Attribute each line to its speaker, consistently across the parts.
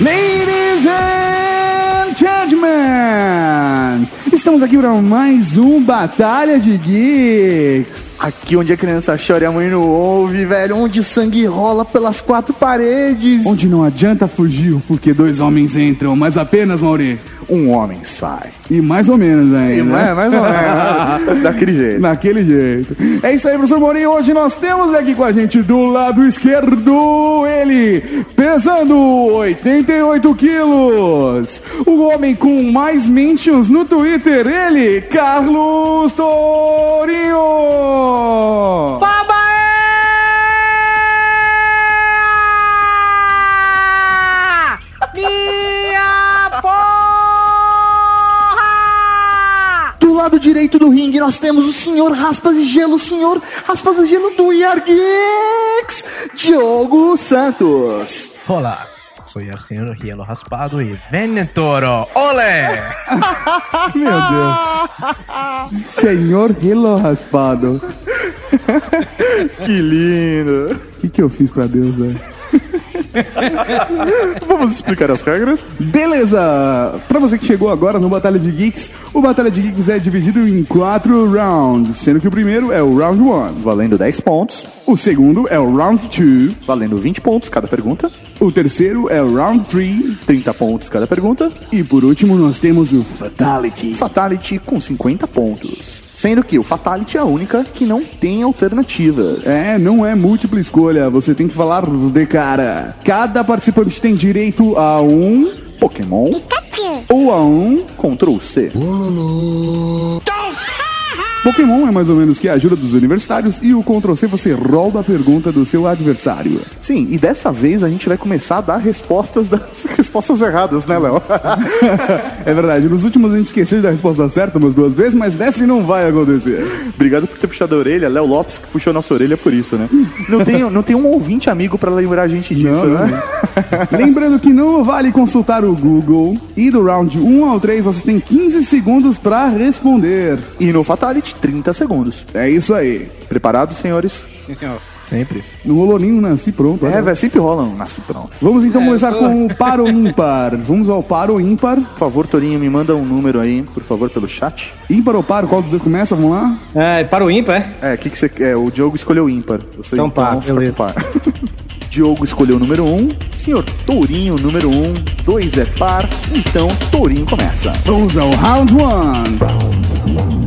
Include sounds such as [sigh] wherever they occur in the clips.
Speaker 1: Ladies and gentlemen, estamos aqui para mais um Batalha de Geeks.
Speaker 2: Aqui onde a criança chora e a mãe não ouve, velho. Onde sangue rola pelas quatro paredes.
Speaker 1: Onde não adianta fugir, porque dois homens entram, mas apenas, Mauri.
Speaker 2: Um homem sai.
Speaker 1: E mais ou menos
Speaker 2: E
Speaker 1: ainda.
Speaker 2: mais,
Speaker 1: né?
Speaker 2: mais ou [laughs] menos. daquele jeito.
Speaker 1: Naquele jeito. É isso aí, professor Mourinho. Hoje nós temos aqui com a gente do lado esquerdo ele, pesando 88 quilos. O homem com mais mentions no Twitter, ele, Carlos Tourinho.
Speaker 2: Ah!
Speaker 3: Babaé! Minha porra!
Speaker 2: Do lado direito do ringue nós temos o senhor Raspas e Gelo, o senhor Raspas e Gelo do Yargix, Diogo Santos.
Speaker 4: Olá, sou o senhor Hielo Raspado e Venetoro. Olé!
Speaker 1: Meu Deus. Senhor Hilo Raspado.
Speaker 2: Que lindo.
Speaker 1: O que, que eu fiz pra Deus, né? velho?
Speaker 2: Vamos explicar as regras?
Speaker 1: Beleza! Pra você que chegou agora no Batalha de Geeks, o Batalha de Geeks é dividido em quatro rounds, sendo que o primeiro é o round 1,
Speaker 2: Valendo 10 pontos,
Speaker 1: o segundo é o round 2,
Speaker 2: valendo 20 pontos cada pergunta,
Speaker 1: o terceiro é o round 3
Speaker 2: 30 pontos cada pergunta,
Speaker 1: e por último nós temos o Fatality.
Speaker 2: Fatality com 50 pontos. Sendo que o Fatality é a única que não tem alternativas.
Speaker 1: É, não é múltipla escolha, você tem que falar de cara. Cada participante tem direito a um
Speaker 2: Pokémon
Speaker 1: ou a um.
Speaker 2: Ctrl C.
Speaker 1: Pokémon é mais ou menos que a ajuda dos universitários e o Ctrl C você rouba a pergunta do seu adversário.
Speaker 2: Sim, e dessa vez a gente vai começar a dar respostas das [laughs] respostas erradas, né, Léo? [laughs]
Speaker 1: É verdade, nos últimos a gente esqueceu de dar a resposta certa umas duas vezes, mas dessa não vai acontecer.
Speaker 2: Obrigado por ter puxado a orelha, Léo Lopes que puxou nossa orelha por isso, né? Não tem, não tem um ouvinte amigo pra lembrar a gente disso,
Speaker 1: Não,
Speaker 2: né?
Speaker 1: não. Lembrando que não vale consultar o Google e do round 1 ao 3 você tem 15 segundos pra responder.
Speaker 2: E no Fatality, 30 segundos.
Speaker 1: É isso aí.
Speaker 2: Preparados, senhores?
Speaker 4: Sempre.
Speaker 1: Não rolou nenhum nasci pronto. olha.
Speaker 2: É, velho, sempre rola um nasce pronto.
Speaker 1: Vamos então começar com o par ou ímpar. Vamos ao par ou ímpar.
Speaker 2: Por favor, Torinho, me manda um número aí, por favor, pelo chat.
Speaker 1: Ímpar ou par, qual dos dois começa? Vamos lá?
Speaker 5: É, para o ímpar, é?
Speaker 2: É, o que, que você quer? É, o Diogo escolheu ímpar. Você
Speaker 5: Então tá,
Speaker 2: fica com
Speaker 5: beleza.
Speaker 2: par. [laughs] Diogo escolheu o número 1, um, senhor Tourinho, número 1, um, 2 é par, então Tourinho começa.
Speaker 1: Vamos ao round 1.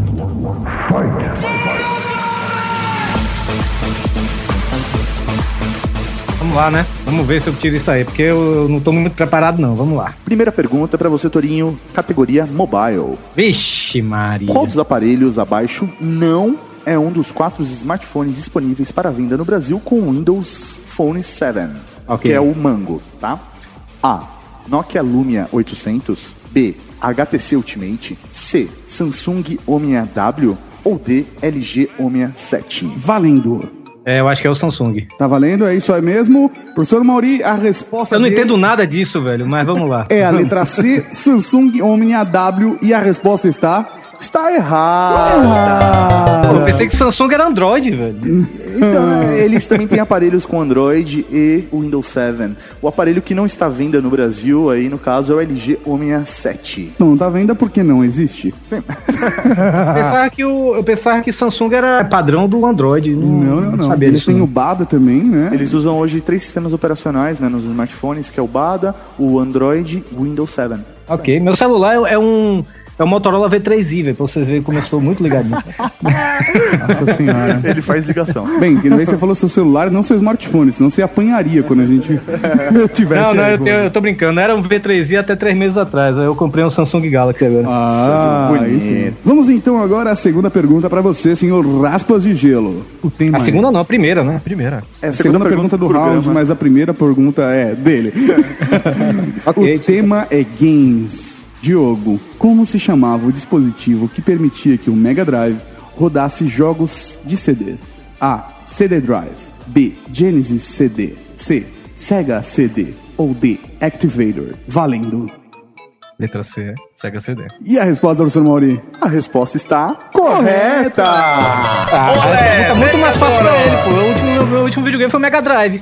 Speaker 5: Vamos lá, né? Vamos ver se eu tiro isso aí, porque eu não tô muito preparado, não. Vamos lá.
Speaker 2: Primeira pergunta pra você, Torinho, categoria mobile.
Speaker 5: Vixe, Maria.
Speaker 2: Qual dos aparelhos abaixo não é um dos quatro smartphones disponíveis para venda no Brasil com o Windows Phone 7?
Speaker 5: Ok.
Speaker 2: Que é o Mango, tá? A. Nokia Lumia 800. B. HTC Ultimate. C. Samsung Omnia W. Ou D. LG Omnia 7.
Speaker 1: Valendo.
Speaker 5: É, eu acho que é o Samsung.
Speaker 1: Tá valendo? É isso aí mesmo? Professor Mauri, a resposta
Speaker 5: Eu não
Speaker 1: dele-
Speaker 5: entendo nada disso, velho, mas vamos lá.
Speaker 1: [laughs] É a letra C, Samsung Omni AW e a resposta está.
Speaker 2: Está errado.
Speaker 1: errada.
Speaker 5: Eu pensei que Samsung era Android, velho.
Speaker 2: Então, eles também têm aparelhos com Android e o Windows 7. O aparelho que não está à venda no Brasil, aí no caso, é o LG Omnia 7.
Speaker 1: Não tá vendo porque não existe.
Speaker 5: Eu pensava que, o, eu pensava que Samsung era padrão do Android. Não,
Speaker 1: Não, não, não.
Speaker 5: sabia
Speaker 1: Eles
Speaker 5: disso.
Speaker 1: têm o
Speaker 5: não.
Speaker 1: Bada também, né?
Speaker 2: Eles usam hoje três sistemas operacionais né, nos smartphones, que é o BADA, o Android e o Windows 7.
Speaker 1: [laughs]
Speaker 5: Ok, meu celular é, é um. É um Motorola V3i, velho, pra vocês verem como eu sou muito ligadinho.
Speaker 1: [laughs] Nossa senhora.
Speaker 2: Ele faz ligação.
Speaker 1: Bem, que vez você falou seu celular, não seu smartphone, senão você apanharia quando a gente [laughs] tivesse.
Speaker 5: não, não, eu,
Speaker 1: iPhone.
Speaker 5: tenho- eu tô brincando. Era um V3i até três meses atrás. Aí eu comprei um Samsung Galaxy agora.
Speaker 1: Ah,
Speaker 2: Bonito.
Speaker 1: aí sim. Vamos então agora à segunda pergunta pra você, senhor Raspas de Gelo. O tema
Speaker 5: a segunda não, a primeira, né?
Speaker 4: Primeira.
Speaker 2: É
Speaker 1: A segunda, pergunta, do
Speaker 2: programa.
Speaker 1: round, mas a primeira pergunta é [laughs] dele.
Speaker 5: Ok,
Speaker 1: o tema é games. Diogo, como se chamava o dispositivo que permitia que o Mega Drive rodasse jogos de CDs? A. CD Drive. B. Genesis CD. C. Sega CD. Ou D. Activator. Valendo.
Speaker 4: Letra C, Sega CD.
Speaker 1: E a resposta, professor Mauri?
Speaker 2: A resposta está correta!
Speaker 5: Ah, é, muito mais fácil pra
Speaker 1: [laughs]
Speaker 5: ele, pô. O último, meu, meu último videogame foi o Mega Drive.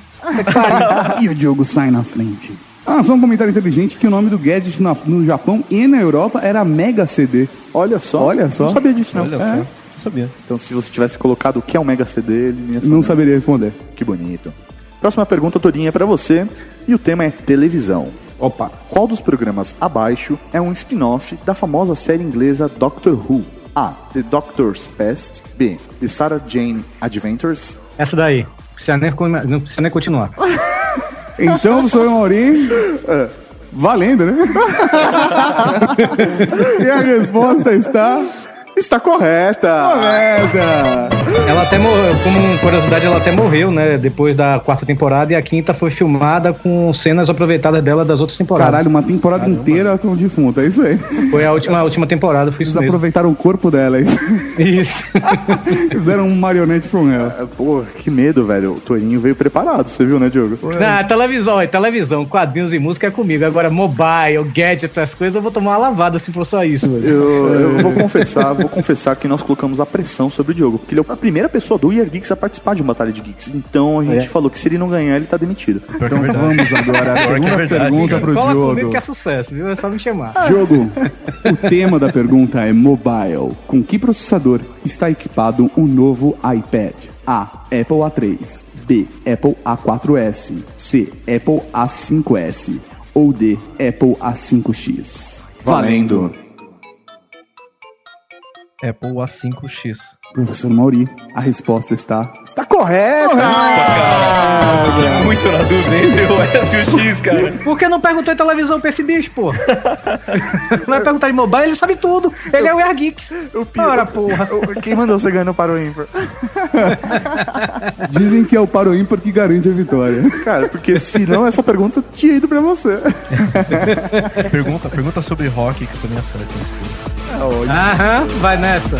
Speaker 1: e o Diogo sai na frente. Ah, só um comentário inteligente que o nome do gadget na- no Japão e na Europa era Mega CD.
Speaker 2: Olha só.
Speaker 1: Olha só.
Speaker 2: Não sabia disso, não.
Speaker 4: Olha
Speaker 2: É.
Speaker 4: só. Não sabia.
Speaker 2: Então, se você tivesse colocado o que é um Mega CD, ele não ia saber.
Speaker 1: Não saberia responder.
Speaker 2: Que bonito. Próxima pergunta, Torinha, é pra você. E o tema é televisão.
Speaker 1: Opa.
Speaker 2: Qual dos programas abaixo é um spin-off da famosa série inglesa Doctor Who? A. The Doctor's Past. B. The Sarah Jane Adventures.
Speaker 5: Essa daí. Precisa nem, com- não precisa nem continuar.
Speaker 1: Então, professor Mauri,
Speaker 4: É.
Speaker 1: valendo,
Speaker 4: [laughs]
Speaker 1: né? e a resposta está
Speaker 2: Está correta!
Speaker 1: correta.
Speaker 5: Ela até morreu, como curiosidade, ela até morreu, né? Depois da quarta temporada e a quinta foi filmada com cenas aproveitadas dela das outras temporadas.
Speaker 1: Caralho, uma temporada inteira com o defunto, é isso aí.
Speaker 5: Foi a última, a última temporada, foi isso
Speaker 1: Eles
Speaker 5: mesmo.
Speaker 1: aproveitaram o corpo dela, é isso.
Speaker 4: [laughs]
Speaker 5: Isso.
Speaker 1: fizeram um marionete com ela.
Speaker 2: Ah, Pô, que medo, velho. O Torinho veio preparado, você viu, né, Diogo?
Speaker 5: Na televisão, é televisão, quadrinhos e música é comigo. Agora, mobile, gadget, essas coisas, eu vou tomar uma lavada se for só isso. velho.
Speaker 2: Eu, eu vou confessar, vou confessar que nós colocamos a pressão sobre o Diogo, porque ele é a primeira pessoa do Year Geeks a participar de uma batalha de geeks. Então a gente
Speaker 5: É.
Speaker 2: falou que se ele não ganhar, ele tá demitido.
Speaker 4: Pior que é
Speaker 1: Então
Speaker 4: verdade.
Speaker 1: vamos agora à
Speaker 4: Pior que é
Speaker 1: segunda
Speaker 4: verdade,
Speaker 1: pergunta
Speaker 4: cara.
Speaker 1: pro
Speaker 5: Cola
Speaker 1: Diogo.
Speaker 5: comigo que é sucesso, viu? É só me chamar.
Speaker 1: Diogo, o tema da pergunta é mobile. Com que processador está equipado o novo iPad? A. Apple A3. B. Apple A4S. C. Apple A5S. Ou D. Apple A5X.
Speaker 2: Valendo.
Speaker 4: Apple A5X.
Speaker 1: Professor Mauri, a resposta está.
Speaker 2: Está correto!
Speaker 6: Muito na dúvida entre o S e o X, cara.
Speaker 5: Por que não perguntou em televisão pra esse bicho,
Speaker 6: [laughs]
Speaker 5: pô? Vai perguntar de mobile, ele sabe tudo. Ele é o Air Geeks.
Speaker 2: é
Speaker 5: Ora, porra.
Speaker 2: Quem mandou você ganhar no Paro Ímpar?
Speaker 1: Dizem que é o paro ímpar que garante a vitória.
Speaker 2: Cara, porque senão essa pergunta tinha ido pra você.
Speaker 4: Pergunta, pergunta sobre rock que eu também é acerto.
Speaker 1: É
Speaker 5: Aham, vai nessa.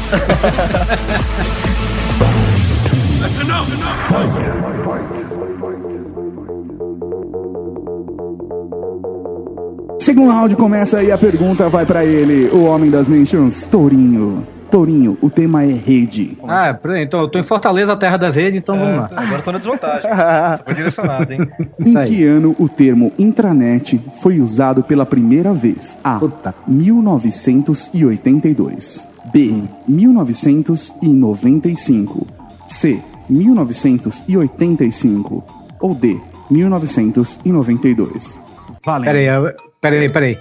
Speaker 1: Segundo round começa e a pergunta vai pra ele, o homem das mentions, Tourinho. Tourinho, o tema é rede.
Speaker 5: Ah, peraí, então eu tô em Fortaleza, terra das redes, então vamos lá.
Speaker 6: É, Agora eu tô na desvantagem. Você foi direcionado, hein?
Speaker 1: Em
Speaker 5: Isso aí.
Speaker 1: que ano o termo intranet foi usado pela primeira vez? A.
Speaker 5: Puta.
Speaker 1: 1982. B.
Speaker 5: Hum.
Speaker 1: 1995. C. 1985. Ou D. 1992.
Speaker 5: Peraí, eu- peraí, peraí.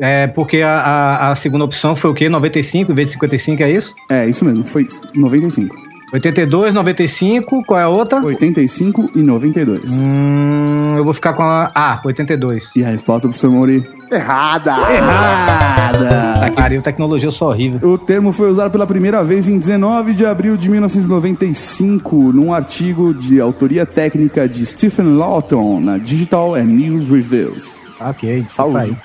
Speaker 5: É porque a, a- a segunda opção foi o quê? 95 em vez de 55, é isso?
Speaker 1: É, isso mesmo, foi 95.
Speaker 5: 82, 95, qual é a outra?
Speaker 1: 85 e 92.
Speaker 5: Hum, eu vou ficar com a ah, A, 82.
Speaker 1: E a resposta pro senhor Mori.
Speaker 2: Errada!
Speaker 5: Tá que pariu, tecnologia eu sou horrível.
Speaker 1: O termo foi usado pela primeira vez em 19 de abril de 1995, num artigo de autoria técnica de Stephen Lawton na Digital and News Reviews.
Speaker 5: Ok,
Speaker 2: Saúde.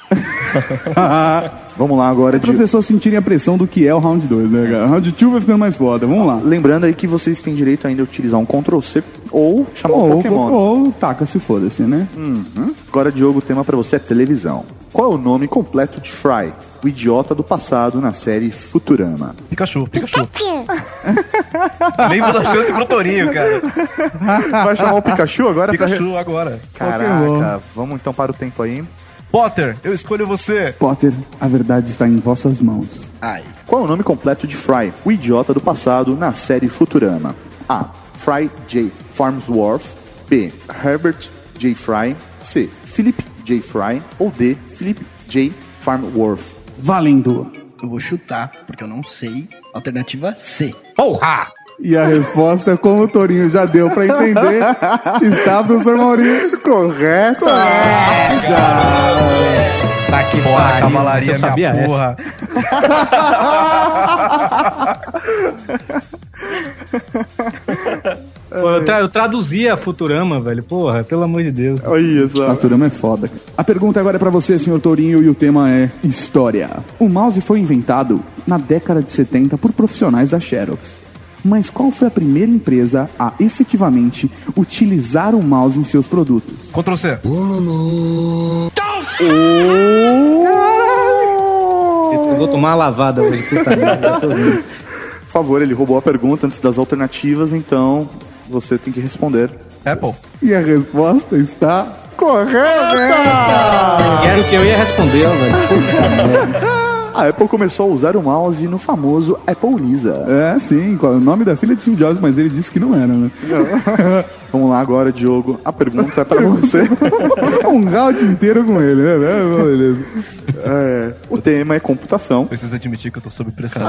Speaker 2: Vamos lá agora,
Speaker 1: Para as
Speaker 2: Diogo.
Speaker 1: pessoas sentirem a pressão do que é o round 2, né, cara? Round 2 vai ficando mais foda, vamos lá.
Speaker 2: Lembrando aí que vocês têm direito ainda a utilizar um Ctrl C ou chamar um
Speaker 1: Ou,
Speaker 2: Pokémon.
Speaker 1: ou, ou taca-se, foda-se, né?
Speaker 2: Uhum. Agora, Diogo, o tema pra você é televisão. Qual é o nome completo de Fry, o idiota do passado na série Futurama?
Speaker 4: Pikachu, Pikachu. Nem vou dar chance pro Torinho, cara.
Speaker 2: Vai chamar o Pikachu agora? pra-
Speaker 4: Pikachu agora.
Speaker 2: Caraca, vamos então para o tempo aí.
Speaker 4: Potter, eu escolho você.
Speaker 1: Potter, a verdade está em vossas mãos.
Speaker 2: Qual é o nome completo de Fry, o idiota do passado na série Futurama? A. Fry J. Farnsworth. B. Herbert J. Fry. C. Philip J. Fry. Ou D. Philip J. Farnsworth.
Speaker 1: Valendo!
Speaker 7: Eu vou chutar, porque eu não sei. Alternativa C.
Speaker 5: Porra!
Speaker 1: E a resposta, como o Torinho já deu pra
Speaker 2: [laughs]
Speaker 1: entender, está pro senhor Maurinho. Correto!
Speaker 5: Tá que
Speaker 4: Porra,
Speaker 5: pariu,
Speaker 4: cavalaria,
Speaker 6: é
Speaker 5: eu sabia
Speaker 4: minha
Speaker 5: essa.
Speaker 4: porra.
Speaker 5: [laughs] Pô, eu, tra- eu traduzia Futurama, velho. Porra, pelo amor de Deus.
Speaker 2: Olha
Speaker 1: A turma é foda. cara. A pergunta agora é pra você, senhor Tourinho, e o tema é história. O mouse foi inventado na década de 70 por profissionais da Xerox. Mas qual foi a primeira empresa a efetivamente utilizar o mouse em seus produtos?
Speaker 4: Ctrl C.
Speaker 5: Eu vou tomar uma lavada hoje, puta merda. eu tô horrível.
Speaker 2: Por favor, ele roubou a pergunta antes das
Speaker 6: É,
Speaker 2: alternativas, então você tem que responder.
Speaker 4: Apple.
Speaker 1: E a resposta está
Speaker 2: Correto!
Speaker 5: Era o que eu ia responder, ó, velho.
Speaker 2: A Apple começou a usar o mouse no famoso Apple Lisa.
Speaker 1: É, sim. qual- O nome da filha de Steve Jobs, mas ele disse que não era, né?
Speaker 2: Vamos lá agora, Diogo. A pergunta é pra você.
Speaker 1: [laughs] um round inteiro com ele, né? É, Beleza.
Speaker 2: É, o tema é computação.
Speaker 6: Preciso admitir que eu tô sob pressão.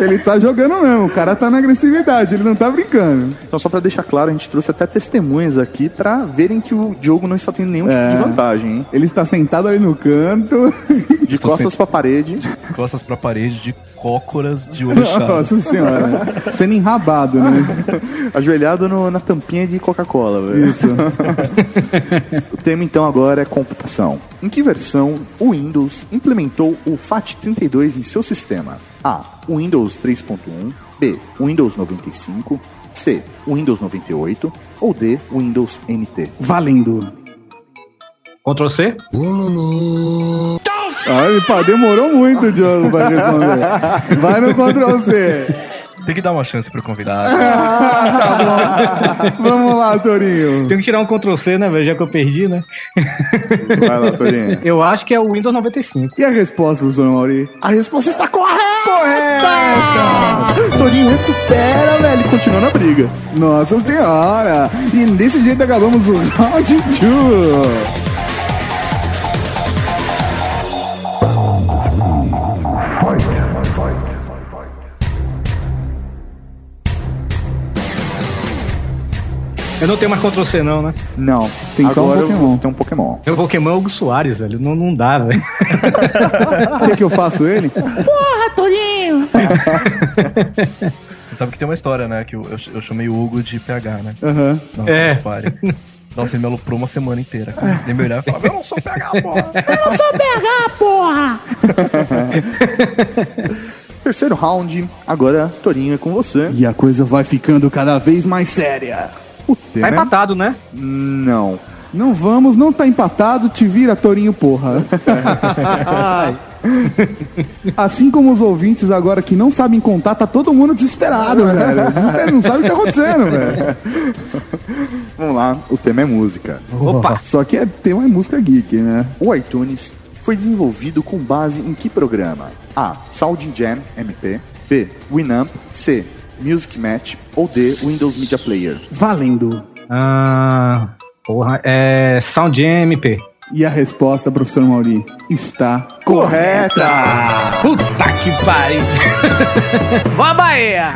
Speaker 1: Ele tá jogando mesmo. O cara tá na agressividade, ele não tá brincando.
Speaker 2: Então, só pra deixar claro, a gente trouxe até testemunhas aqui pra verem que o Diogo não está tendo nenhum tipo de vantagem, hein?
Speaker 1: Ele está sentado ali no canto. [laughs]
Speaker 2: De costas pra parede.
Speaker 6: Costas pra parede de cócoras de orixá.
Speaker 1: Nossa senhora. Sendo enrabado, né?
Speaker 2: Ajoelhado no- na tampinha de Coca-Cola, velho.
Speaker 1: Isso.
Speaker 2: O tema então agora é computação. Em que versão o Windows implementou o FAT32 em seu sistema? A. O Windows 3.1, B. O Windows 95, C. O Windows 98 ou D. O Windows NT.
Speaker 1: Valendo.
Speaker 5: Ctrl C?
Speaker 1: Ai, pá, demorou muito o Diogo pra responder. Vai no Ctrl C.
Speaker 6: Tem que dar uma chance pro convidado.
Speaker 1: Vamos lá, Torinho.
Speaker 5: Tenho que tirar um Ctrl C, né, velho? Já que eu perdi, né? [laughs]
Speaker 2: Vai lá, Torinha.
Speaker 5: Eu acho que é o Windows 95.
Speaker 1: E a resposta, professor Mauri?
Speaker 2: A resposta está correta!
Speaker 1: Correta!
Speaker 2: Torinho recupera, velho, e continua na briga.
Speaker 1: Nossa senhora! E desse jeito acabamos o round 2.
Speaker 5: Eu não tenho mais Ctrl C, não, né?
Speaker 2: Não,
Speaker 1: Tem só um
Speaker 2: agora
Speaker 1: Pokémon.
Speaker 2: você tem um Pokémon.
Speaker 5: Meu Pokémon é o Hugo Soares, velho. Não, não dá, velho.
Speaker 1: Quer que eu faço ele?
Speaker 6: Você sabe que tem uma história, né? Que eu, eu, eu chamei o Hugo de PH, né?
Speaker 1: Aham.
Speaker 6: Não,
Speaker 5: É.
Speaker 6: [laughs] Nossa, ele me aloprou uma semana inteira. Ele me [laughs] olhava e falava, eu não sou PH, porra.
Speaker 2: Terceiro round, agora Torinho é com você.
Speaker 1: E a coisa vai ficando cada vez mais séria.
Speaker 2: O
Speaker 5: Tá
Speaker 2: tema
Speaker 5: empatado, né?
Speaker 2: Não.
Speaker 1: Não vamos, não tá empatado, te vira, Torinho, porra. assim como os ouvintes agora que não sabem contar, tá todo mundo desesperado, velho. Desesperado, não sabe o que tá acontecendo, velho.
Speaker 2: Vamos lá, o tema é música.
Speaker 5: Opa!
Speaker 1: Só que é, tem uma música geek, né?
Speaker 2: O iTunes foi desenvolvido com base em que programa? A. Sound Jam MP. B. Winamp. C. Music Match. Ou D. Windows Media Player.
Speaker 1: Valendo.
Speaker 5: Ah, porra, é Sound MP.
Speaker 1: E a resposta, professor Mauri, está correta!
Speaker 5: Puta que pariu!
Speaker 3: Vó Bahia!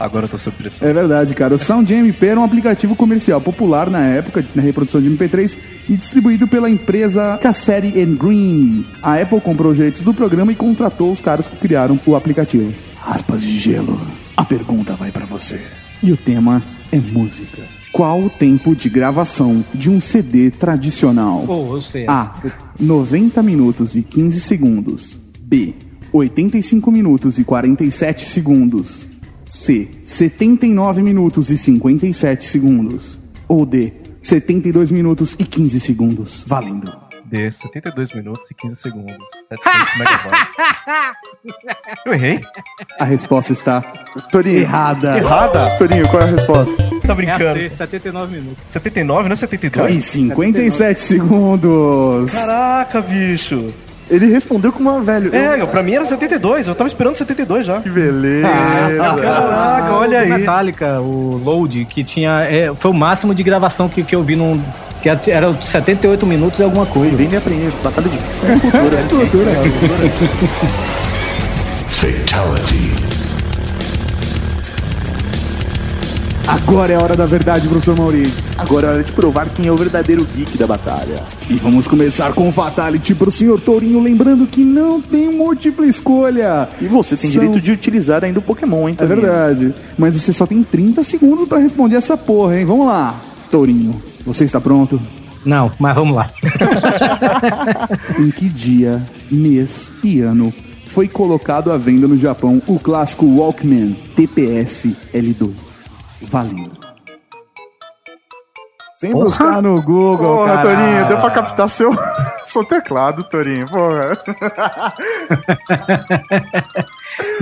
Speaker 6: Agora eu tô sob pressão.
Speaker 1: É verdade, cara. O Sound MP era um aplicativo comercial popular na época na reprodução de MP3 e distribuído pela empresa Casseri Green. A Apple comprou os direitos do programa e contratou os caras que criaram o aplicativo. Aspas de gelo. A pergunta vai pra você. E o tema é música. Qual o tempo de gravação de um CD tradicional?
Speaker 5: Pô, eu sei.
Speaker 1: A. 90 minutos e 15 segundos. B. 85 minutos e 47 segundos. C. 79 minutos e 57 segundos. Ou D. 72 minutos e 15 segundos. Valendo.
Speaker 6: De 72 minutos e 15 segundos. 700 megabytes. Eu errei?
Speaker 1: A resposta está
Speaker 2: Torinho.
Speaker 1: errada.
Speaker 2: Errada? Torinho, qual é a resposta?
Speaker 6: Tá
Speaker 5: É a
Speaker 6: brincando.
Speaker 5: C, 79 minutos.
Speaker 6: 79, não é 72?
Speaker 1: E 57 segundos.
Speaker 6: Caraca, bicho.
Speaker 2: Ele respondeu com uma velho.
Speaker 6: É, eu- pra mim era 72, eu tava esperando 72 já.
Speaker 2: Que beleza. Ah.
Speaker 6: Caraca, olha
Speaker 5: Ah, O
Speaker 6: aí.
Speaker 5: Metallica, o Load, que tinha. é, foi o máximo de gravação que, que eu vi num. Que era 78 minutos e alguma coisa.
Speaker 2: Vem me aprender. Batalha de né? questão e É cultura.
Speaker 1: Agora é a hora da verdade, professor Maurício.
Speaker 2: Agora é hora de provar quem é o verdadeiro geek da batalha.
Speaker 1: E vamos começar com o Fatality pro senhor Tourinho, lembrando que não tem múltipla escolha.
Speaker 2: E você tem
Speaker 1: São-
Speaker 2: direito de utilizar ainda o Pokémon, hein,
Speaker 1: É
Speaker 2: Torinho?
Speaker 1: verdade. Mas você só tem 30 segundos pra responder essa porra, hein? Vamos lá. Tourinho, você está pronto?
Speaker 5: Não, mas vamos lá.
Speaker 1: em que dia, mês e ano foi colocado à venda no Japão o clássico Walkman TPS L2? Valendo. Sem buscar no Google,
Speaker 2: Porra,
Speaker 1: cara.
Speaker 2: Torinho, deu pra captar seu, [laughs] seu teclado, Torinho. Porra.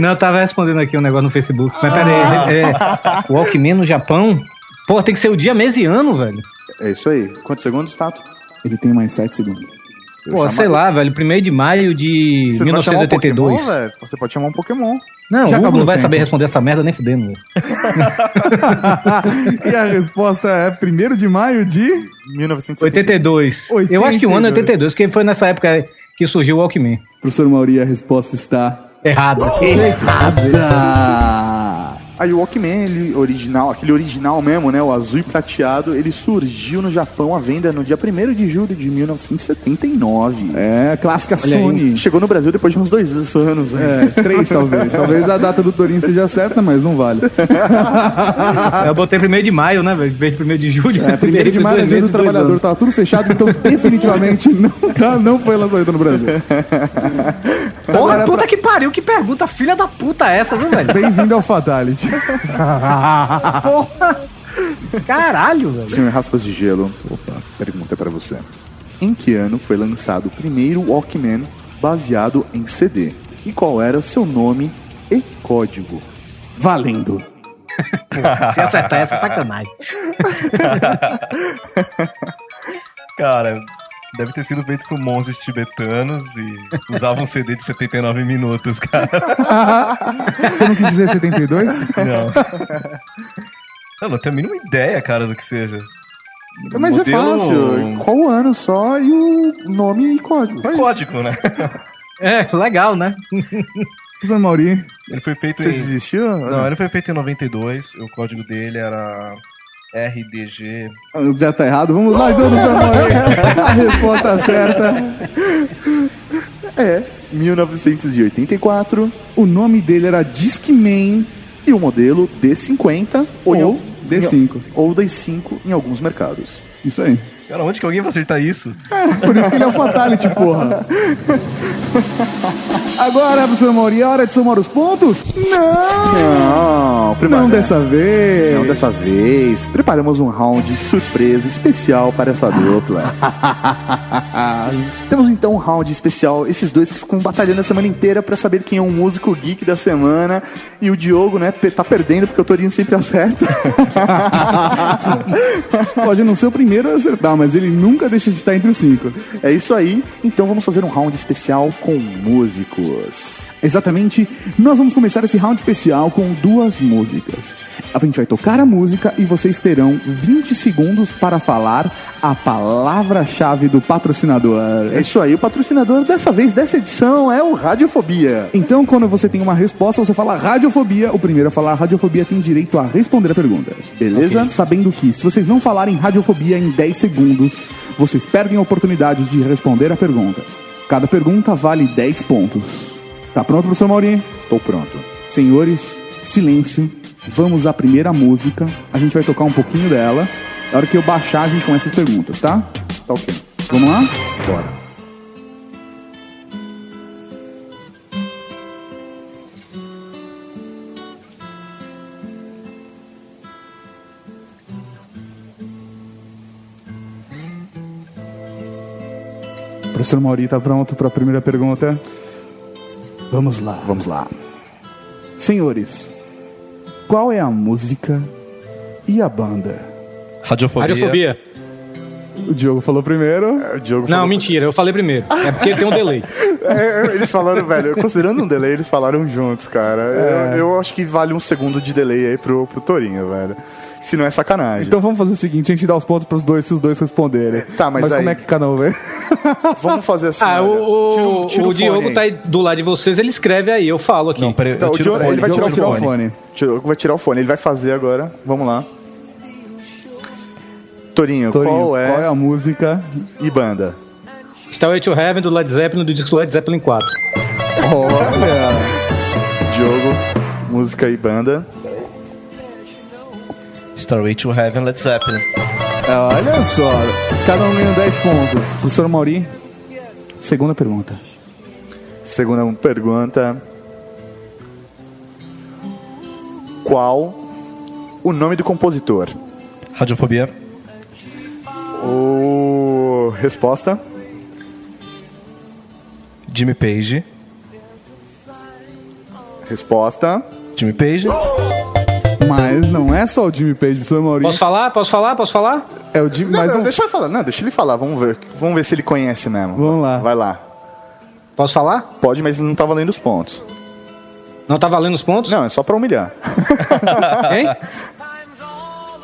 Speaker 5: Não, eu tava respondendo aqui um negócio no
Speaker 1: Ah.
Speaker 5: Facebook. Mas peraí, é, é, Walkman no Japão? Pô, tem que ser o dia, mês e ano, velho.
Speaker 2: É isso aí. Quantos segundos, Tato?
Speaker 1: Ele tem mais 7 segundos.
Speaker 5: Pô, sei lá, velho. 1 de maio
Speaker 1: tá
Speaker 5: de
Speaker 2: Você não vai chamar um
Speaker 5: 1982.
Speaker 2: Pokémon, velho? Você pode chamar um Pokémon.
Speaker 1: Já
Speaker 5: não, o Hugo
Speaker 1: acabou o
Speaker 5: não vai
Speaker 1: tempo.
Speaker 5: saber responder essa merda nem fudendo. velho.
Speaker 1: [laughs] e a resposta é 1 de maio de.
Speaker 2: 1982.
Speaker 5: 82. Eu acho que o ano é 82, porque foi nessa época que surgiu o Walkman.
Speaker 1: Professor Mauri, a resposta está.
Speaker 5: Errado.
Speaker 1: Errada!
Speaker 2: Ah. Aí o Walkman, ele original, aquele original mesmo, né? O azul e prateado, ele surgiu no Japão à venda no dia 1 de julho de 1979.
Speaker 1: É, clássica Sony.
Speaker 2: Chegou no Brasil depois de uns dois anos, né?
Speaker 1: É, três talvez. Talvez a data do Torinho esteja certa, mas não vale.
Speaker 5: Eu botei 1 de maio, né, velho? Em vez de 1 de julho.
Speaker 1: É, primeiro de maio,
Speaker 5: dois
Speaker 1: o dia do
Speaker 5: meses, dois
Speaker 1: trabalhador
Speaker 5: anos.
Speaker 1: tava tudo fechado, então definitivamente não, tá, não foi lançamento no Brasil.
Speaker 6: Porra,
Speaker 1: tá-
Speaker 6: puta que pariu, que pergunta filha da puta
Speaker 5: é
Speaker 6: essa, viu, velho?
Speaker 1: Bem-vindo ao Fatality.
Speaker 6: Porra! Caralho,
Speaker 1: [laughs]
Speaker 6: velho.
Speaker 2: Senhor Raspas de Gelo, opa, pergunta pra você. Em que ano foi lançado o primeiro Walkman baseado em CD? E qual era o seu nome e código?
Speaker 1: Valendo.
Speaker 6: Se acertar essa é sacanagem.
Speaker 4: Cara, deve ter sido feito por monges tibetanos e usavam um CD de 79 minutos,
Speaker 2: [laughs]
Speaker 4: cara.
Speaker 1: Você não quis dizer 72?
Speaker 4: Não. Eu não tenho a mínima ideia, cara, do que seja.
Speaker 2: Mas
Speaker 4: Modelo-
Speaker 2: é fácil. Qual o ano só e o nome e código? Só isso.
Speaker 4: Código, né?
Speaker 5: É, legal, né?
Speaker 1: Professor Mauri,
Speaker 4: Ele foi feito
Speaker 2: Você né?
Speaker 4: em...
Speaker 2: desistiu?
Speaker 4: Não, ele foi feito em 92. O código dele era RDG.
Speaker 1: já tá errado. Vamos lá, então, professor [laughs] Mauri. A resposta certa.
Speaker 2: É, 1984
Speaker 1: O nome dele era Discman
Speaker 2: e o modelo D50 ou,
Speaker 1: ou D5.
Speaker 2: ou D5 em alguns mercados.
Speaker 1: Isso aí.
Speaker 4: Cara, onde que alguém vai acertar isso?
Speaker 1: Por isso que ele é o Fatality, porra. Agora, professor Mauri, é hora de somar os pontos? Não!
Speaker 2: Não,
Speaker 1: Não
Speaker 2: prepara-
Speaker 1: dessa vez.
Speaker 2: Não dessa vez. Preparamos um round surpresa especial para essa
Speaker 5: [laughs]
Speaker 2: dupla. Temos então um round especial. Esses dois que ficam batalhando a semana inteira para saber quem é o músico geek da semana. E o Diogo, né, pe- tá perdendo porque o Torinho sempre acerta.
Speaker 5: [laughs]
Speaker 1: Pode não ser o primeiro a acertar, mas ele nunca deixa de estar entre os cinco.
Speaker 2: É isso aí. Então vamos fazer um round especial com músicos.
Speaker 1: Exatamente, nós vamos começar esse round especial com duas músicas. A gente vai tocar a música e vocês terão 20 segundos para falar a palavra-chave do patrocinador.
Speaker 2: É isso aí. O patrocinador dessa vez, dessa edição, é o Radiofobia.
Speaker 1: Então, quando você tem uma resposta, você fala radiofobia. O primeiro a falar radiofobia tem direito a responder a pergunta.
Speaker 2: Beleza?
Speaker 1: Ok. Sabendo que, se vocês não falarem radiofobia em 10 segundos, vocês perdem a oportunidade de responder a pergunta. Cada pergunta vale 10 pontos. Tá pronto, professor Mauri?
Speaker 2: Estou pronto.
Speaker 1: Senhores, silêncio. Vamos à primeira música. A gente vai tocar um pouquinho dela. Na hora que eu baixar, a gente começa as perguntas, tá?
Speaker 2: Tá ok.
Speaker 1: Vamos lá?
Speaker 2: Bora.
Speaker 1: Professor Mauri, tá pronto para a primeira pergunta? Vamos lá.
Speaker 2: Vamos lá.
Speaker 1: Senhores, qual é a música e a banda?
Speaker 4: Radiofobia.
Speaker 5: Radiofobia.
Speaker 1: O Diogo falou primeiro.
Speaker 2: O Diogo
Speaker 5: Não, mentira, eu falei primeiro. É porque tem um delay.
Speaker 2: É, eles falaram, velho, considerando um delay, eles falaram juntos, cara. Eu, eu acho que vale um segundo de delay aí pro, pro Torinho, velho. Se não é sacanagem.
Speaker 1: Então vamos fazer o seguinte, a gente dá os pontos pros dois se os dois responderem.
Speaker 2: Tá, mas aí-
Speaker 1: como é que cada um vê?
Speaker 2: vamos fazer assim.
Speaker 5: [laughs] Ah,
Speaker 2: olha. Tira
Speaker 5: o, o,
Speaker 2: tira um
Speaker 5: o
Speaker 2: fone
Speaker 5: Diogo
Speaker 2: aí.
Speaker 5: tá aí do lado de vocês, ele escreve aí, eu falo aqui.
Speaker 4: Não, peraí,
Speaker 2: Então,
Speaker 4: eu
Speaker 2: o
Speaker 4: tiro
Speaker 2: Diogo,
Speaker 4: o fone.
Speaker 2: ele vai
Speaker 1: Diogo
Speaker 2: tirar o
Speaker 1: tirou
Speaker 2: fone. Diogo vai tirar o fone, ele vai fazer agora. Vamos lá. Torinho,
Speaker 1: Torinho,
Speaker 2: qual é?
Speaker 1: a música?
Speaker 2: E banda?
Speaker 5: Starway to Heaven do Led Zeppelin, do disco Led Zeppelin 4.
Speaker 2: Olha! Diogo, música e banda.
Speaker 4: Starway to Heaven, Led Zeppelin.
Speaker 1: É, olha só, cada um ganhou 10 pontos. Professor Mauri, segunda pergunta.
Speaker 2: Segunda pergunta. Qual o nome do compositor?
Speaker 4: Radiofobia.
Speaker 2: O... Resposta?
Speaker 4: Jimmy Page.
Speaker 2: Resposta.
Speaker 4: Jimmy Page.
Speaker 1: Mas não é só o Jimmy Page, professor Maurício.
Speaker 5: Posso falar? Posso falar? Posso falar?
Speaker 1: É o Jimmy,
Speaker 2: Não,
Speaker 1: mas
Speaker 2: não,
Speaker 1: não...
Speaker 2: deixa ele falar. Não, deixa ele falar. Vamos ver. Vamos ver se ele conhece mesmo.
Speaker 1: Vamos lá.
Speaker 2: Vai lá.
Speaker 5: Posso falar?
Speaker 2: Pode, mas ele não tá valendo os pontos.
Speaker 5: Não tá valendo os pontos?
Speaker 2: Não, é só pra humilhar. [laughs]
Speaker 5: [laughs] Hein?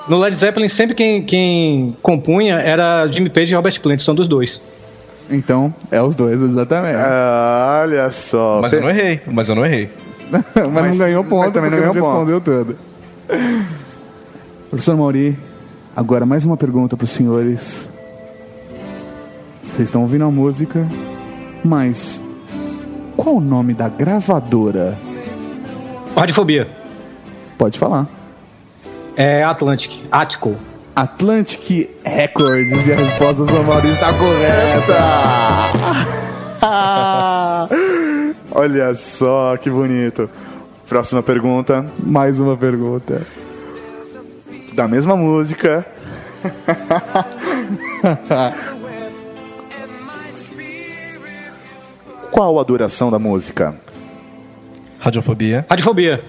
Speaker 5: No Led Zeppelin, sempre quem, quem compunha era Jimmy Page e Robert Plant, são dos dois.
Speaker 1: Então, é os dois, exatamente.
Speaker 2: Ah, Olha só.
Speaker 6: Mas
Speaker 2: Pe-
Speaker 6: eu não errei, mas eu não errei.
Speaker 1: mas, não ganhou
Speaker 2: mas
Speaker 1: ponto,
Speaker 2: também não
Speaker 1: porque
Speaker 2: ganhou ponto.
Speaker 1: respondeu tudo. Professor Mauri, agora mais uma pergunta para os senhores. Vocês estão ouvindo a música, mas qual o nome da gravadora?
Speaker 5: Radiofobia.
Speaker 1: Pode falar.
Speaker 5: É Atlantic. Atco.
Speaker 1: Atlantic Records e a resposta do Maurício está correta.
Speaker 2: Ah! [laughs] Olha só que bonito. Próxima pergunta.
Speaker 1: Mais uma pergunta.
Speaker 2: Da mesma música. [laughs] Qual a duração da música?
Speaker 6: Radiofobia.
Speaker 5: Radiofobia.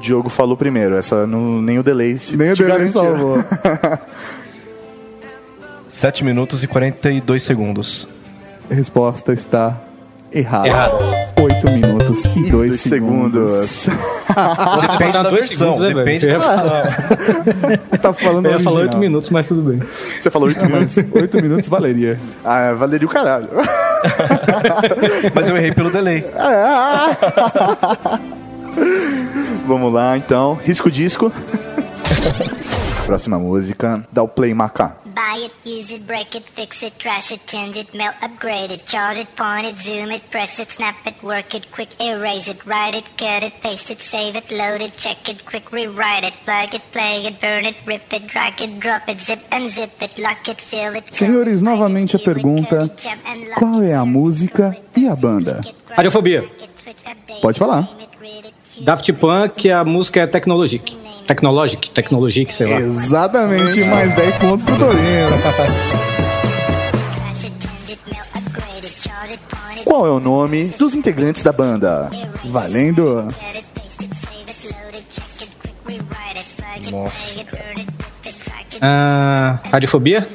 Speaker 2: Diogo falou primeiro, essa não, nem o delay se
Speaker 1: Nem o
Speaker 2: te
Speaker 1: Daniel
Speaker 2: garantia.
Speaker 1: salvou.
Speaker 6: 7 minutos e 42 segundos.
Speaker 1: Resposta está errada.
Speaker 5: Errada.
Speaker 1: 8 minutos e 2
Speaker 2: Dois
Speaker 1: segundos.
Speaker 2: segundos.
Speaker 6: Depende
Speaker 5: faltar
Speaker 6: da
Speaker 5: dois
Speaker 6: versão.
Speaker 5: segundos, né, velho?
Speaker 6: depende da
Speaker 5: Eu [laughs] ia
Speaker 6: versão.
Speaker 1: [laughs] Tá falando
Speaker 5: Eu ia falar 8
Speaker 1: original.
Speaker 5: minutos, mas tudo bem.
Speaker 2: Você falou
Speaker 1: [laughs]
Speaker 2: oito minutos.
Speaker 1: 8 minutos valeria.
Speaker 2: Ah, valeria o caralho.
Speaker 6: Mas eu errei pelo delay.
Speaker 2: Vamos lá, então. Risco disco. [laughs] Próxima música. Dá o play, Maca.
Speaker 8: Buy it, use it, break it, fix it, trash it, change it, melt, upgrade it, charge it, point it, zoom it, press it, snap it, work it, quick erase it, write it, cut it, paste it, save it, load it, check it, quick rewrite it, plug it, play it, burn it, rip it, drag it, drop it, zip unzip it, lock it, fill it. curl
Speaker 1: Senhores,
Speaker 8: it, write it,
Speaker 1: novamente a
Speaker 8: cue it,
Speaker 1: pergunta,
Speaker 8: curl it, jump and lock
Speaker 1: qual
Speaker 8: it,
Speaker 1: é a
Speaker 8: serve it,
Speaker 1: música
Speaker 8: serve it,
Speaker 1: e a
Speaker 8: press it,
Speaker 1: banda?
Speaker 8: click it, grind it,
Speaker 5: Radiofobia.
Speaker 8: click it, switch, update
Speaker 1: Pode
Speaker 8: it,
Speaker 1: falar.
Speaker 8: name it, read it, tune it,
Speaker 5: Daft Punk, a música é Technologic. Technologic, Technologic, sei lá.
Speaker 1: Exatamente, mais 10 pontos pro Torinho.
Speaker 8: trash it, change it, melt, upgrade it, charge it, point it,
Speaker 2: Qual é o nome dos integrantes da banda?
Speaker 1: Valendo.
Speaker 8: Nossa.
Speaker 5: Ah, radiofobia?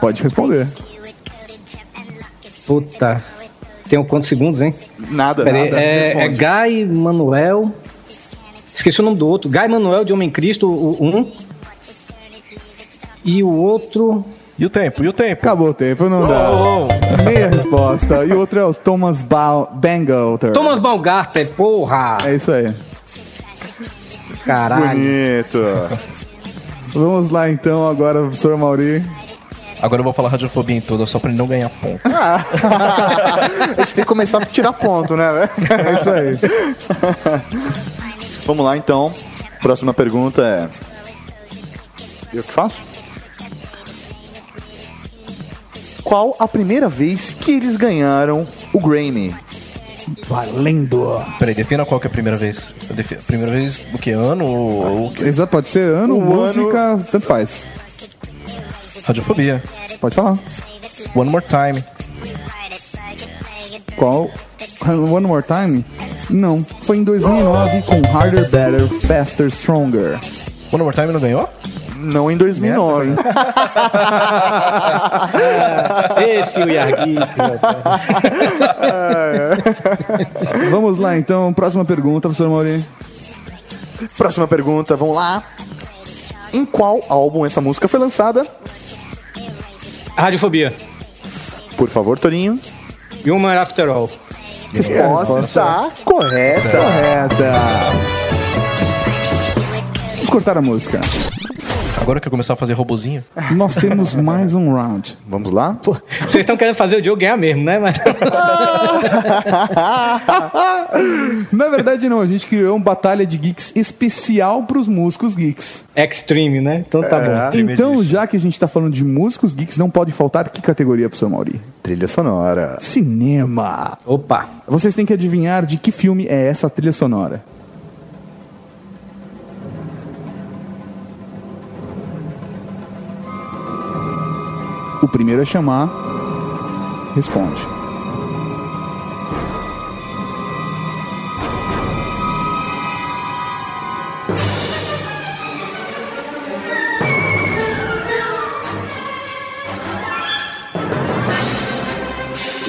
Speaker 1: Pode responder.
Speaker 5: Puta. Tenho quantos segundos, hein?
Speaker 2: Nada,
Speaker 5: Pera aí,
Speaker 2: nada.
Speaker 5: é, é
Speaker 2: Responde.
Speaker 5: Guy Manuel. Esqueci o nome do outro. Guy Manuel de Homem Cristo, o um. E o outro.
Speaker 6: E o tempo? E o tempo?
Speaker 1: Acabou o tempo, não dá. Meia resposta. E outro é o Thomas ba Bangalter.
Speaker 5: Thomas Baumgartner, porra!
Speaker 1: É isso aí.
Speaker 5: Caralho.
Speaker 2: Bonito.
Speaker 1: [laughs] Vamos lá então agora, professor Mauri.
Speaker 6: Agora eu vou falar radiofobia em toda, só pra ele não ganhar ponto.
Speaker 2: A gente tem que começar a tirar ponto, né?
Speaker 1: [laughs]
Speaker 2: velho?
Speaker 1: É isso aí.
Speaker 2: [laughs] Vamos lá, então. Próxima pergunta é... Eu que faço? Qual a primeira vez que eles ganharam o Grammy?
Speaker 1: Valendo.
Speaker 6: Peraí, defina qual que é a primeira vez. Eu defi- Primeira vez do que? Ano ou, ou
Speaker 1: Exato, pode ser ano,
Speaker 2: O
Speaker 1: música, tanto faz.
Speaker 6: radiofobia?
Speaker 1: Pode falar.
Speaker 6: One More Time.
Speaker 1: Qual? One More Time? Não. Foi em 2009 com Harder, Better, Faster, Stronger.
Speaker 6: One More Time não ganhou?
Speaker 2: Não em 2009.
Speaker 5: Esse é o Yargui.
Speaker 1: Vamos lá então, próxima pergunta, professor Mauri.
Speaker 2: Próxima pergunta, vamos lá. Em qual álbum essa música foi lançada?
Speaker 5: Radiofobia.
Speaker 2: Por favor, Torinho.
Speaker 5: Human After All.
Speaker 1: É,
Speaker 2: Resposta está correta.
Speaker 1: Correta. Vamos cortar a música.
Speaker 6: Agora que eu começar a fazer robozinho?
Speaker 1: Nós temos mais um round.
Speaker 2: Vamos lá?
Speaker 5: Vocês estão querendo fazer o Diogo ganhar mesmo, né? Mas... [laughs]
Speaker 1: Na verdade, não, a gente criou uma batalha de geeks especial para os músicos geeks.
Speaker 5: Extreme, né? Então
Speaker 2: É.
Speaker 5: tá bom.
Speaker 1: Então, já que a gente tá falando de músicos geeks, não pode faltar que categoria, professor Mauri?
Speaker 2: Trilha sonora.
Speaker 1: Cinema.
Speaker 5: Opa.
Speaker 1: Vocês têm que adivinhar de que filme é essa trilha sonora. O primeiro a chamar, responde.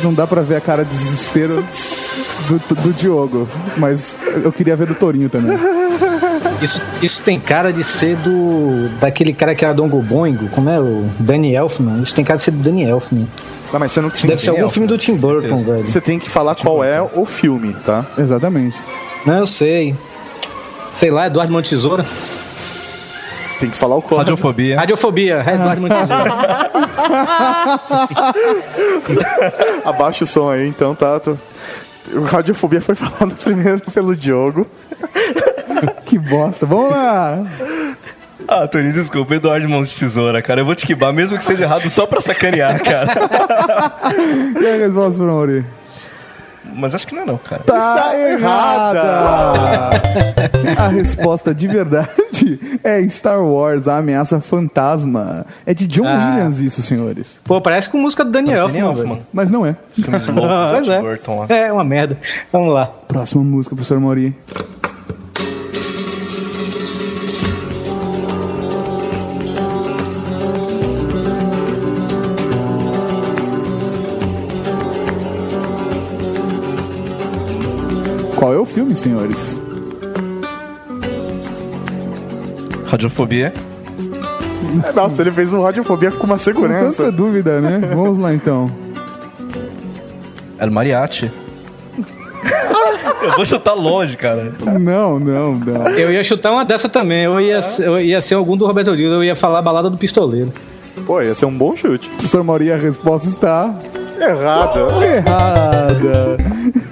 Speaker 1: Não dá pra ver a cara de desespero do, do Diogo, mas eu queria ver do Torinho [laughs] também.
Speaker 5: Isso, isso tem cara de ser do. daquele cara que era Dongo Bongo, como é? O Danny Elfman. Isso tem cara de ser do Danny Elfman.
Speaker 2: Não, mas você não
Speaker 5: Isso deve ser algum filme do Tim Burton, velho.
Speaker 2: Você tem que falar qual é o filme, tá?
Speaker 1: Exatamente.
Speaker 5: Não, eu sei. Sei lá, Eduardo Montesoura.
Speaker 2: Tem que falar o código.
Speaker 4: É.
Speaker 6: Radiofobia.
Speaker 5: Radiofobia, Eduardo Montesoura.
Speaker 2: [laughs] Abaixa o som aí, então, tá? Tô... O Radiofobia foi [laughs] falado primeiro pelo Diogo.
Speaker 1: Que bosta. Vamos lá.
Speaker 4: Ah, Tony, desculpa, Eduardo Mãos de Tesoura, cara. Eu vou te quebar, mesmo que seja errado, só pra sacanear, cara.
Speaker 1: E a resposta, Mauri?
Speaker 4: Mas acho que não é não, cara.
Speaker 1: Tá errada! a resposta de verdade é Star Wars, a ameaça fantasma. É de John
Speaker 5: Ah.
Speaker 1: Williams isso, senhores.
Speaker 5: Pô, parece com música do Danny
Speaker 4: Danny
Speaker 5: Elfman, velho.
Speaker 4: Elfman.
Speaker 1: Mas não é.
Speaker 4: Filmes loucos
Speaker 5: Pois
Speaker 4: do Tim Burton lá.
Speaker 5: é. É uma merda. Vamos lá.
Speaker 1: Próxima música, professor Mauri. Qual é o filme, senhores?
Speaker 4: Radiofobia.
Speaker 2: Nossa, ele fez um Radiofobia com uma
Speaker 1: Com
Speaker 2: segurança.
Speaker 1: tanta dúvida, né? Vamos lá então.
Speaker 4: El Mariachi. Eu vou chutar longe, cara.
Speaker 1: Não, não, não.
Speaker 5: Eu ia chutar uma dessa também. Eu ia, eu ia ser algum do Roberto Dildo. Eu ia falar a balada do pistoleiro.
Speaker 2: Pô, ia ser um bom chute.
Speaker 1: Professor Mauri, a resposta está
Speaker 2: [laughs] Errada.
Speaker 1: errada.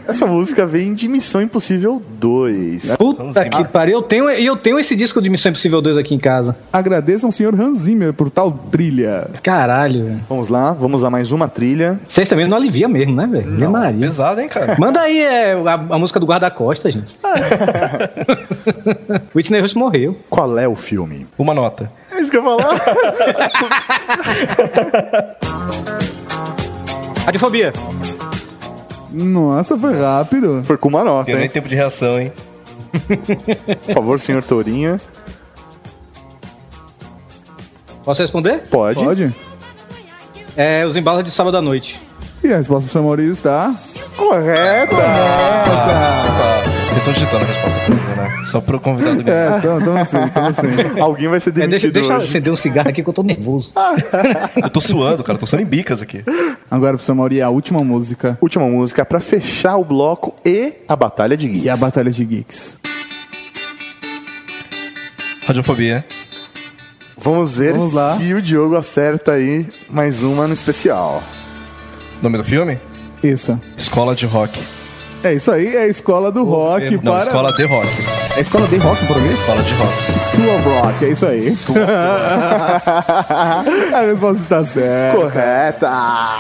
Speaker 2: Essa música vem de Missão Impossível 2.
Speaker 5: Puta que pariu. Eu tenho, e eu tenho esse disco de Missão Impossível 2 aqui em casa.
Speaker 1: Agradeço ao senhor Hans Zimmer por tal trilha.
Speaker 5: Caralho, velho.
Speaker 2: Vamos lá, vamos a mais uma trilha.
Speaker 5: Vocês também não alivia mesmo, né, velho? Ave Maria.
Speaker 4: Pesado, hein, cara.
Speaker 5: Manda aí é, a, a música do guarda-costa, [laughs] gente. Whitney Houston morreu.
Speaker 2: Qual é o filme?
Speaker 4: Uma nota.
Speaker 2: É isso que eu ia falar.
Speaker 5: Radiofobia.
Speaker 1: Nossa, foi rápido.
Speaker 2: [laughs] Foi com uma nota,
Speaker 4: Tem nem
Speaker 2: hein?
Speaker 4: tempo de reação, hein?
Speaker 2: Por favor, senhor Tourinha.
Speaker 5: Posso responder?
Speaker 2: Pode.
Speaker 1: Pode?
Speaker 5: É Os Embalos de Sábado à Noite.
Speaker 1: E a resposta pro senhor Mauri está.
Speaker 2: [laughs]
Speaker 4: Vocês estão digitando a resposta pra mim, né? Só pro convidado mesmo.
Speaker 1: É, então, então sim, então sim.
Speaker 2: Alguém vai ser
Speaker 5: É,
Speaker 2: demitido
Speaker 5: deixa, deixa eu
Speaker 2: hoje.
Speaker 5: acender um cigarro aqui que eu tô nervoso.
Speaker 4: Eu tô suando, cara. Tô suando em bicas aqui.
Speaker 1: Agora, professor Mauri, a última música
Speaker 2: Última música pra fechar o bloco e a Batalha de Geeks.
Speaker 1: e a Batalha de Geeks.
Speaker 4: Radiofobia.
Speaker 2: Vamos ver
Speaker 1: Vamos lá.
Speaker 2: se o Diogo acerta aí mais uma no especial.
Speaker 4: Nome do filme?
Speaker 1: Isso.
Speaker 4: Escola de Rock.
Speaker 1: É isso aí, é a escola do rock
Speaker 4: Não,
Speaker 1: para.
Speaker 4: Escola de Rock.
Speaker 1: É a escola de rock em português?
Speaker 4: Escola de Rock.
Speaker 1: School of Rock, é isso aí. [laughs] a resposta está certa.
Speaker 2: Correta!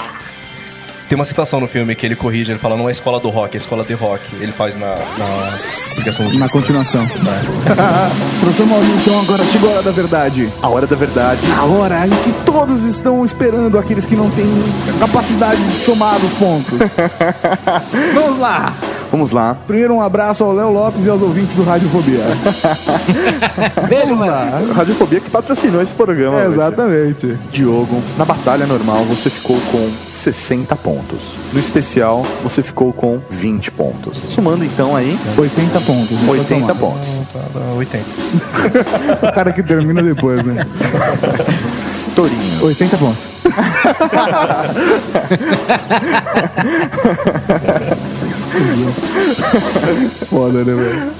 Speaker 4: Tem uma citação no filme que ele corrige, ele fala, não é escola do rock, é escola de rock. Ele faz na, na aplicação do
Speaker 1: Na continuação. professor Mauri, então agora chegou a hora da verdade.
Speaker 2: A hora da verdade.
Speaker 1: A hora em que todos estão esperando aqueles que não têm capacidade de somar os pontos. Vamos lá!
Speaker 2: Vamos lá.
Speaker 1: Primeiro um abraço ao Léo Lopes e aos ouvintes do Radiofobia.
Speaker 5: Beijo, mano.
Speaker 1: Tá,
Speaker 2: Radiofobia que patrocinou esse programa. hoje.
Speaker 1: exatamente.
Speaker 2: Diogo, na batalha normal você ficou com 60 pontos. No especial, você ficou com 20 pontos. Sumando então aí,
Speaker 1: 80 pontos. né? Pra
Speaker 2: 80
Speaker 1: somar.
Speaker 2: pontos.
Speaker 4: Tá, 80.
Speaker 1: O cara que termina depois, [laughs] né?
Speaker 2: Torinho,
Speaker 1: 80 pontos. [laughs] Foda, né, velho?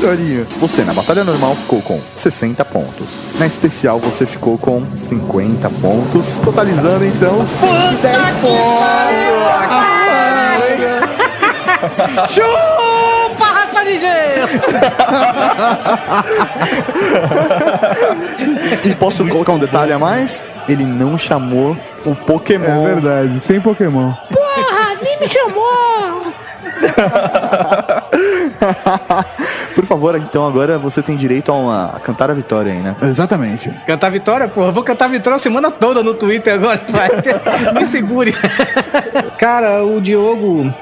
Speaker 2: Torinho. Você na batalha normal ficou com 60 pontos. Na especial você ficou com 50 pontos, totalizando então 110 pontos.
Speaker 3: Chupa, raspa de gelo!
Speaker 2: E posso colocar um detalhe a mais? Ele não chamou o Pokémon.
Speaker 1: É verdade, sem Pokémon.
Speaker 2: [laughs] Por favor, então agora você tem direito a, uma, a cantar a vitória aí, né?
Speaker 1: Exatamente.
Speaker 5: Cantar Vitória, porra. Eu vou cantar Vitória a semana toda no Twitter agora. tu Vai.
Speaker 2: [laughs]
Speaker 5: Me segure. Cara, o Diogo.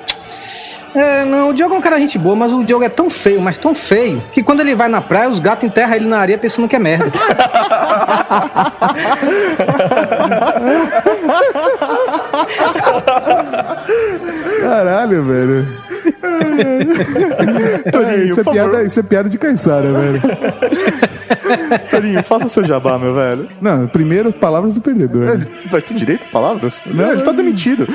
Speaker 5: É, não, o Diogo é um cara gente boa, mas o Diogo é tão feio, mas tão feio, que quando ele vai na praia, os gatos enterram ele na areia pensando que é merda.
Speaker 1: Caralho, velho. É, isso, é
Speaker 2: por
Speaker 1: piada,
Speaker 2: favor.
Speaker 1: isso é piada de Caissara, velho.
Speaker 2: Torinho, faça seu jabá, meu velho.
Speaker 1: Não, primeiro, palavras do [laughs] perdedor. né?
Speaker 2: Vai ter direito a palavras? Não, ele tá demitido.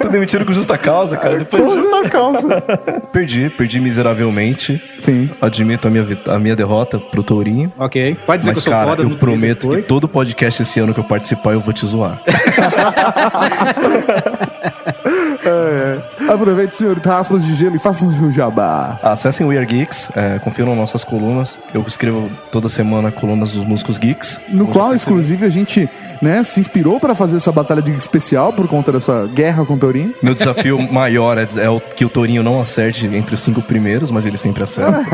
Speaker 4: Tô demitido com justa causa, cara. Depois
Speaker 2: Por justa causa.
Speaker 4: [laughs] perdi, perdi miseravelmente.
Speaker 1: Sim.
Speaker 4: Admito a minha, vi- a minha derrota pro Tourinho.
Speaker 5: Ok. Pode dizer
Speaker 4: Mas,
Speaker 5: que eu sou
Speaker 4: cara,
Speaker 5: foda.
Speaker 4: eu
Speaker 5: no Twitter
Speaker 4: prometo que
Speaker 5: depois.
Speaker 4: todo podcast esse ano que eu participar, eu vou
Speaker 5: [laughs]
Speaker 4: te zoar.
Speaker 1: Aproveite, senhor Raspas de Gelo, e faça um jabá.
Speaker 4: Acessem o We Are Geeks, é, confiram nossas colunas. Eu escrevo toda semana colunas dos músicos geeks.
Speaker 1: No
Speaker 4: Como
Speaker 1: qual,
Speaker 4: já percebi.
Speaker 1: inclusive, a gente né, se inspirou para fazer essa batalha de especial por conta da sua guerra com o Torinho. [laughs]
Speaker 4: Meu desafio maior é, é o, que o Tourinho não acerte entre os cinco primeiros, mas ele sempre acerta.
Speaker 1: [laughs]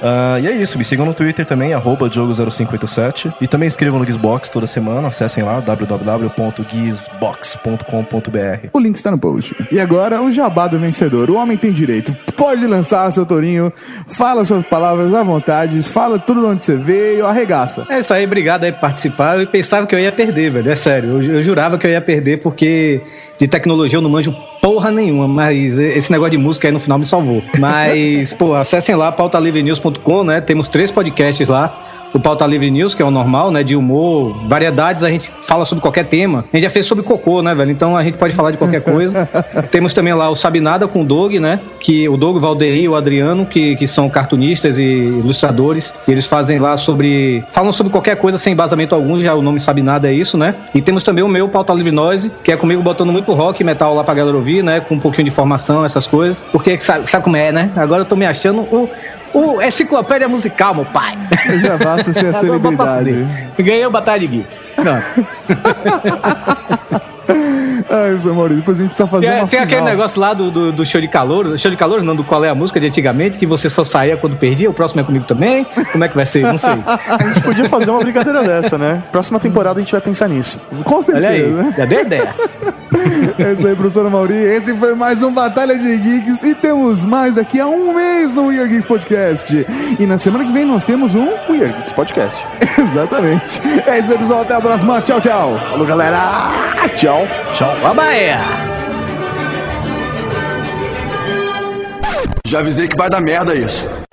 Speaker 4: Ah, e é isso, me sigam no Twitter também, arroba Diogo0587. E também escrevam no Geeksbox toda semana, acessem lá, www.geeksbox.com.br.
Speaker 1: O link está no post. E agora, o jabá do vencedor. O homem tem direito. Pode lançar seu Torinho, fala suas palavras à vontade, fala tudo de onde você veio, arregaça.
Speaker 5: É isso aí, obrigado aí por participar. Eu pensava que eu ia perder, velho. É sério. Eu, eu jurava que eu ia perder porque de tecnologia eu não manjo porra nenhuma, mas esse negócio de música aí no final me salvou. Mas, [laughs] pô, acessem lá pautalivrenews.com, né? Temos três podcasts lá. O Pauta Livre News, que é o normal, né? De humor, variedades, a gente fala sobre qualquer tema. A gente já fez sobre cocô, né, velho? Então a gente pode falar de qualquer coisa. Temos também lá o Sabe Nada com o Doug, né? Que o Doug, o Valderi e o Adriano, que, que são cartunistas e ilustradores, e eles fazem lá sobre. falam sobre qualquer coisa sem embasamento algum, já o nome Sabe Nada é isso, né? E temos também o meu Pauta Livre Noise, que é comigo botando muito rock e metal lá pra galera ouvir, né? Com um pouquinho de informação, essas coisas. Porque sabe, sabe como é, né? Agora eu tô me achando o. O enciclopédia musical, meu pai.
Speaker 1: Já basta ser a
Speaker 5: Agora eu vou pra
Speaker 1: celebridade.
Speaker 5: frente. Ganhei a Batalha de Geeks.
Speaker 1: Ai, meu É Maurício, depois a gente precisa fazer
Speaker 5: Tem,
Speaker 1: uma
Speaker 5: tem
Speaker 1: final.
Speaker 5: aquele negócio lá do, do, do show de calor, show de calor, não, do qual é a música de antigamente, que você só saía quando perdia, o próximo é comigo também. Como é que vai ser?
Speaker 1: [laughs]
Speaker 5: Não sei.
Speaker 2: A gente podia fazer uma brincadeira dessa, né? Próxima temporada a gente vai pensar nisso.
Speaker 1: Com
Speaker 5: Olha aí,
Speaker 1: certeza. né?
Speaker 5: já deu ideia.
Speaker 1: É isso aí, professor Mauri. Esse foi mais um Batalha de Geeks e temos mais daqui a um mês no We Are Geeks Podcast. E na semana que vem nós temos um
Speaker 2: Weird Geeks Podcast.
Speaker 1: [laughs] Exatamente. É isso aí, pessoal. Até a próxima. Tchau, tchau.
Speaker 2: Falou, galera! Tchau! Tchau!
Speaker 5: Babaia!
Speaker 9: Já avisei que vai dar merda isso.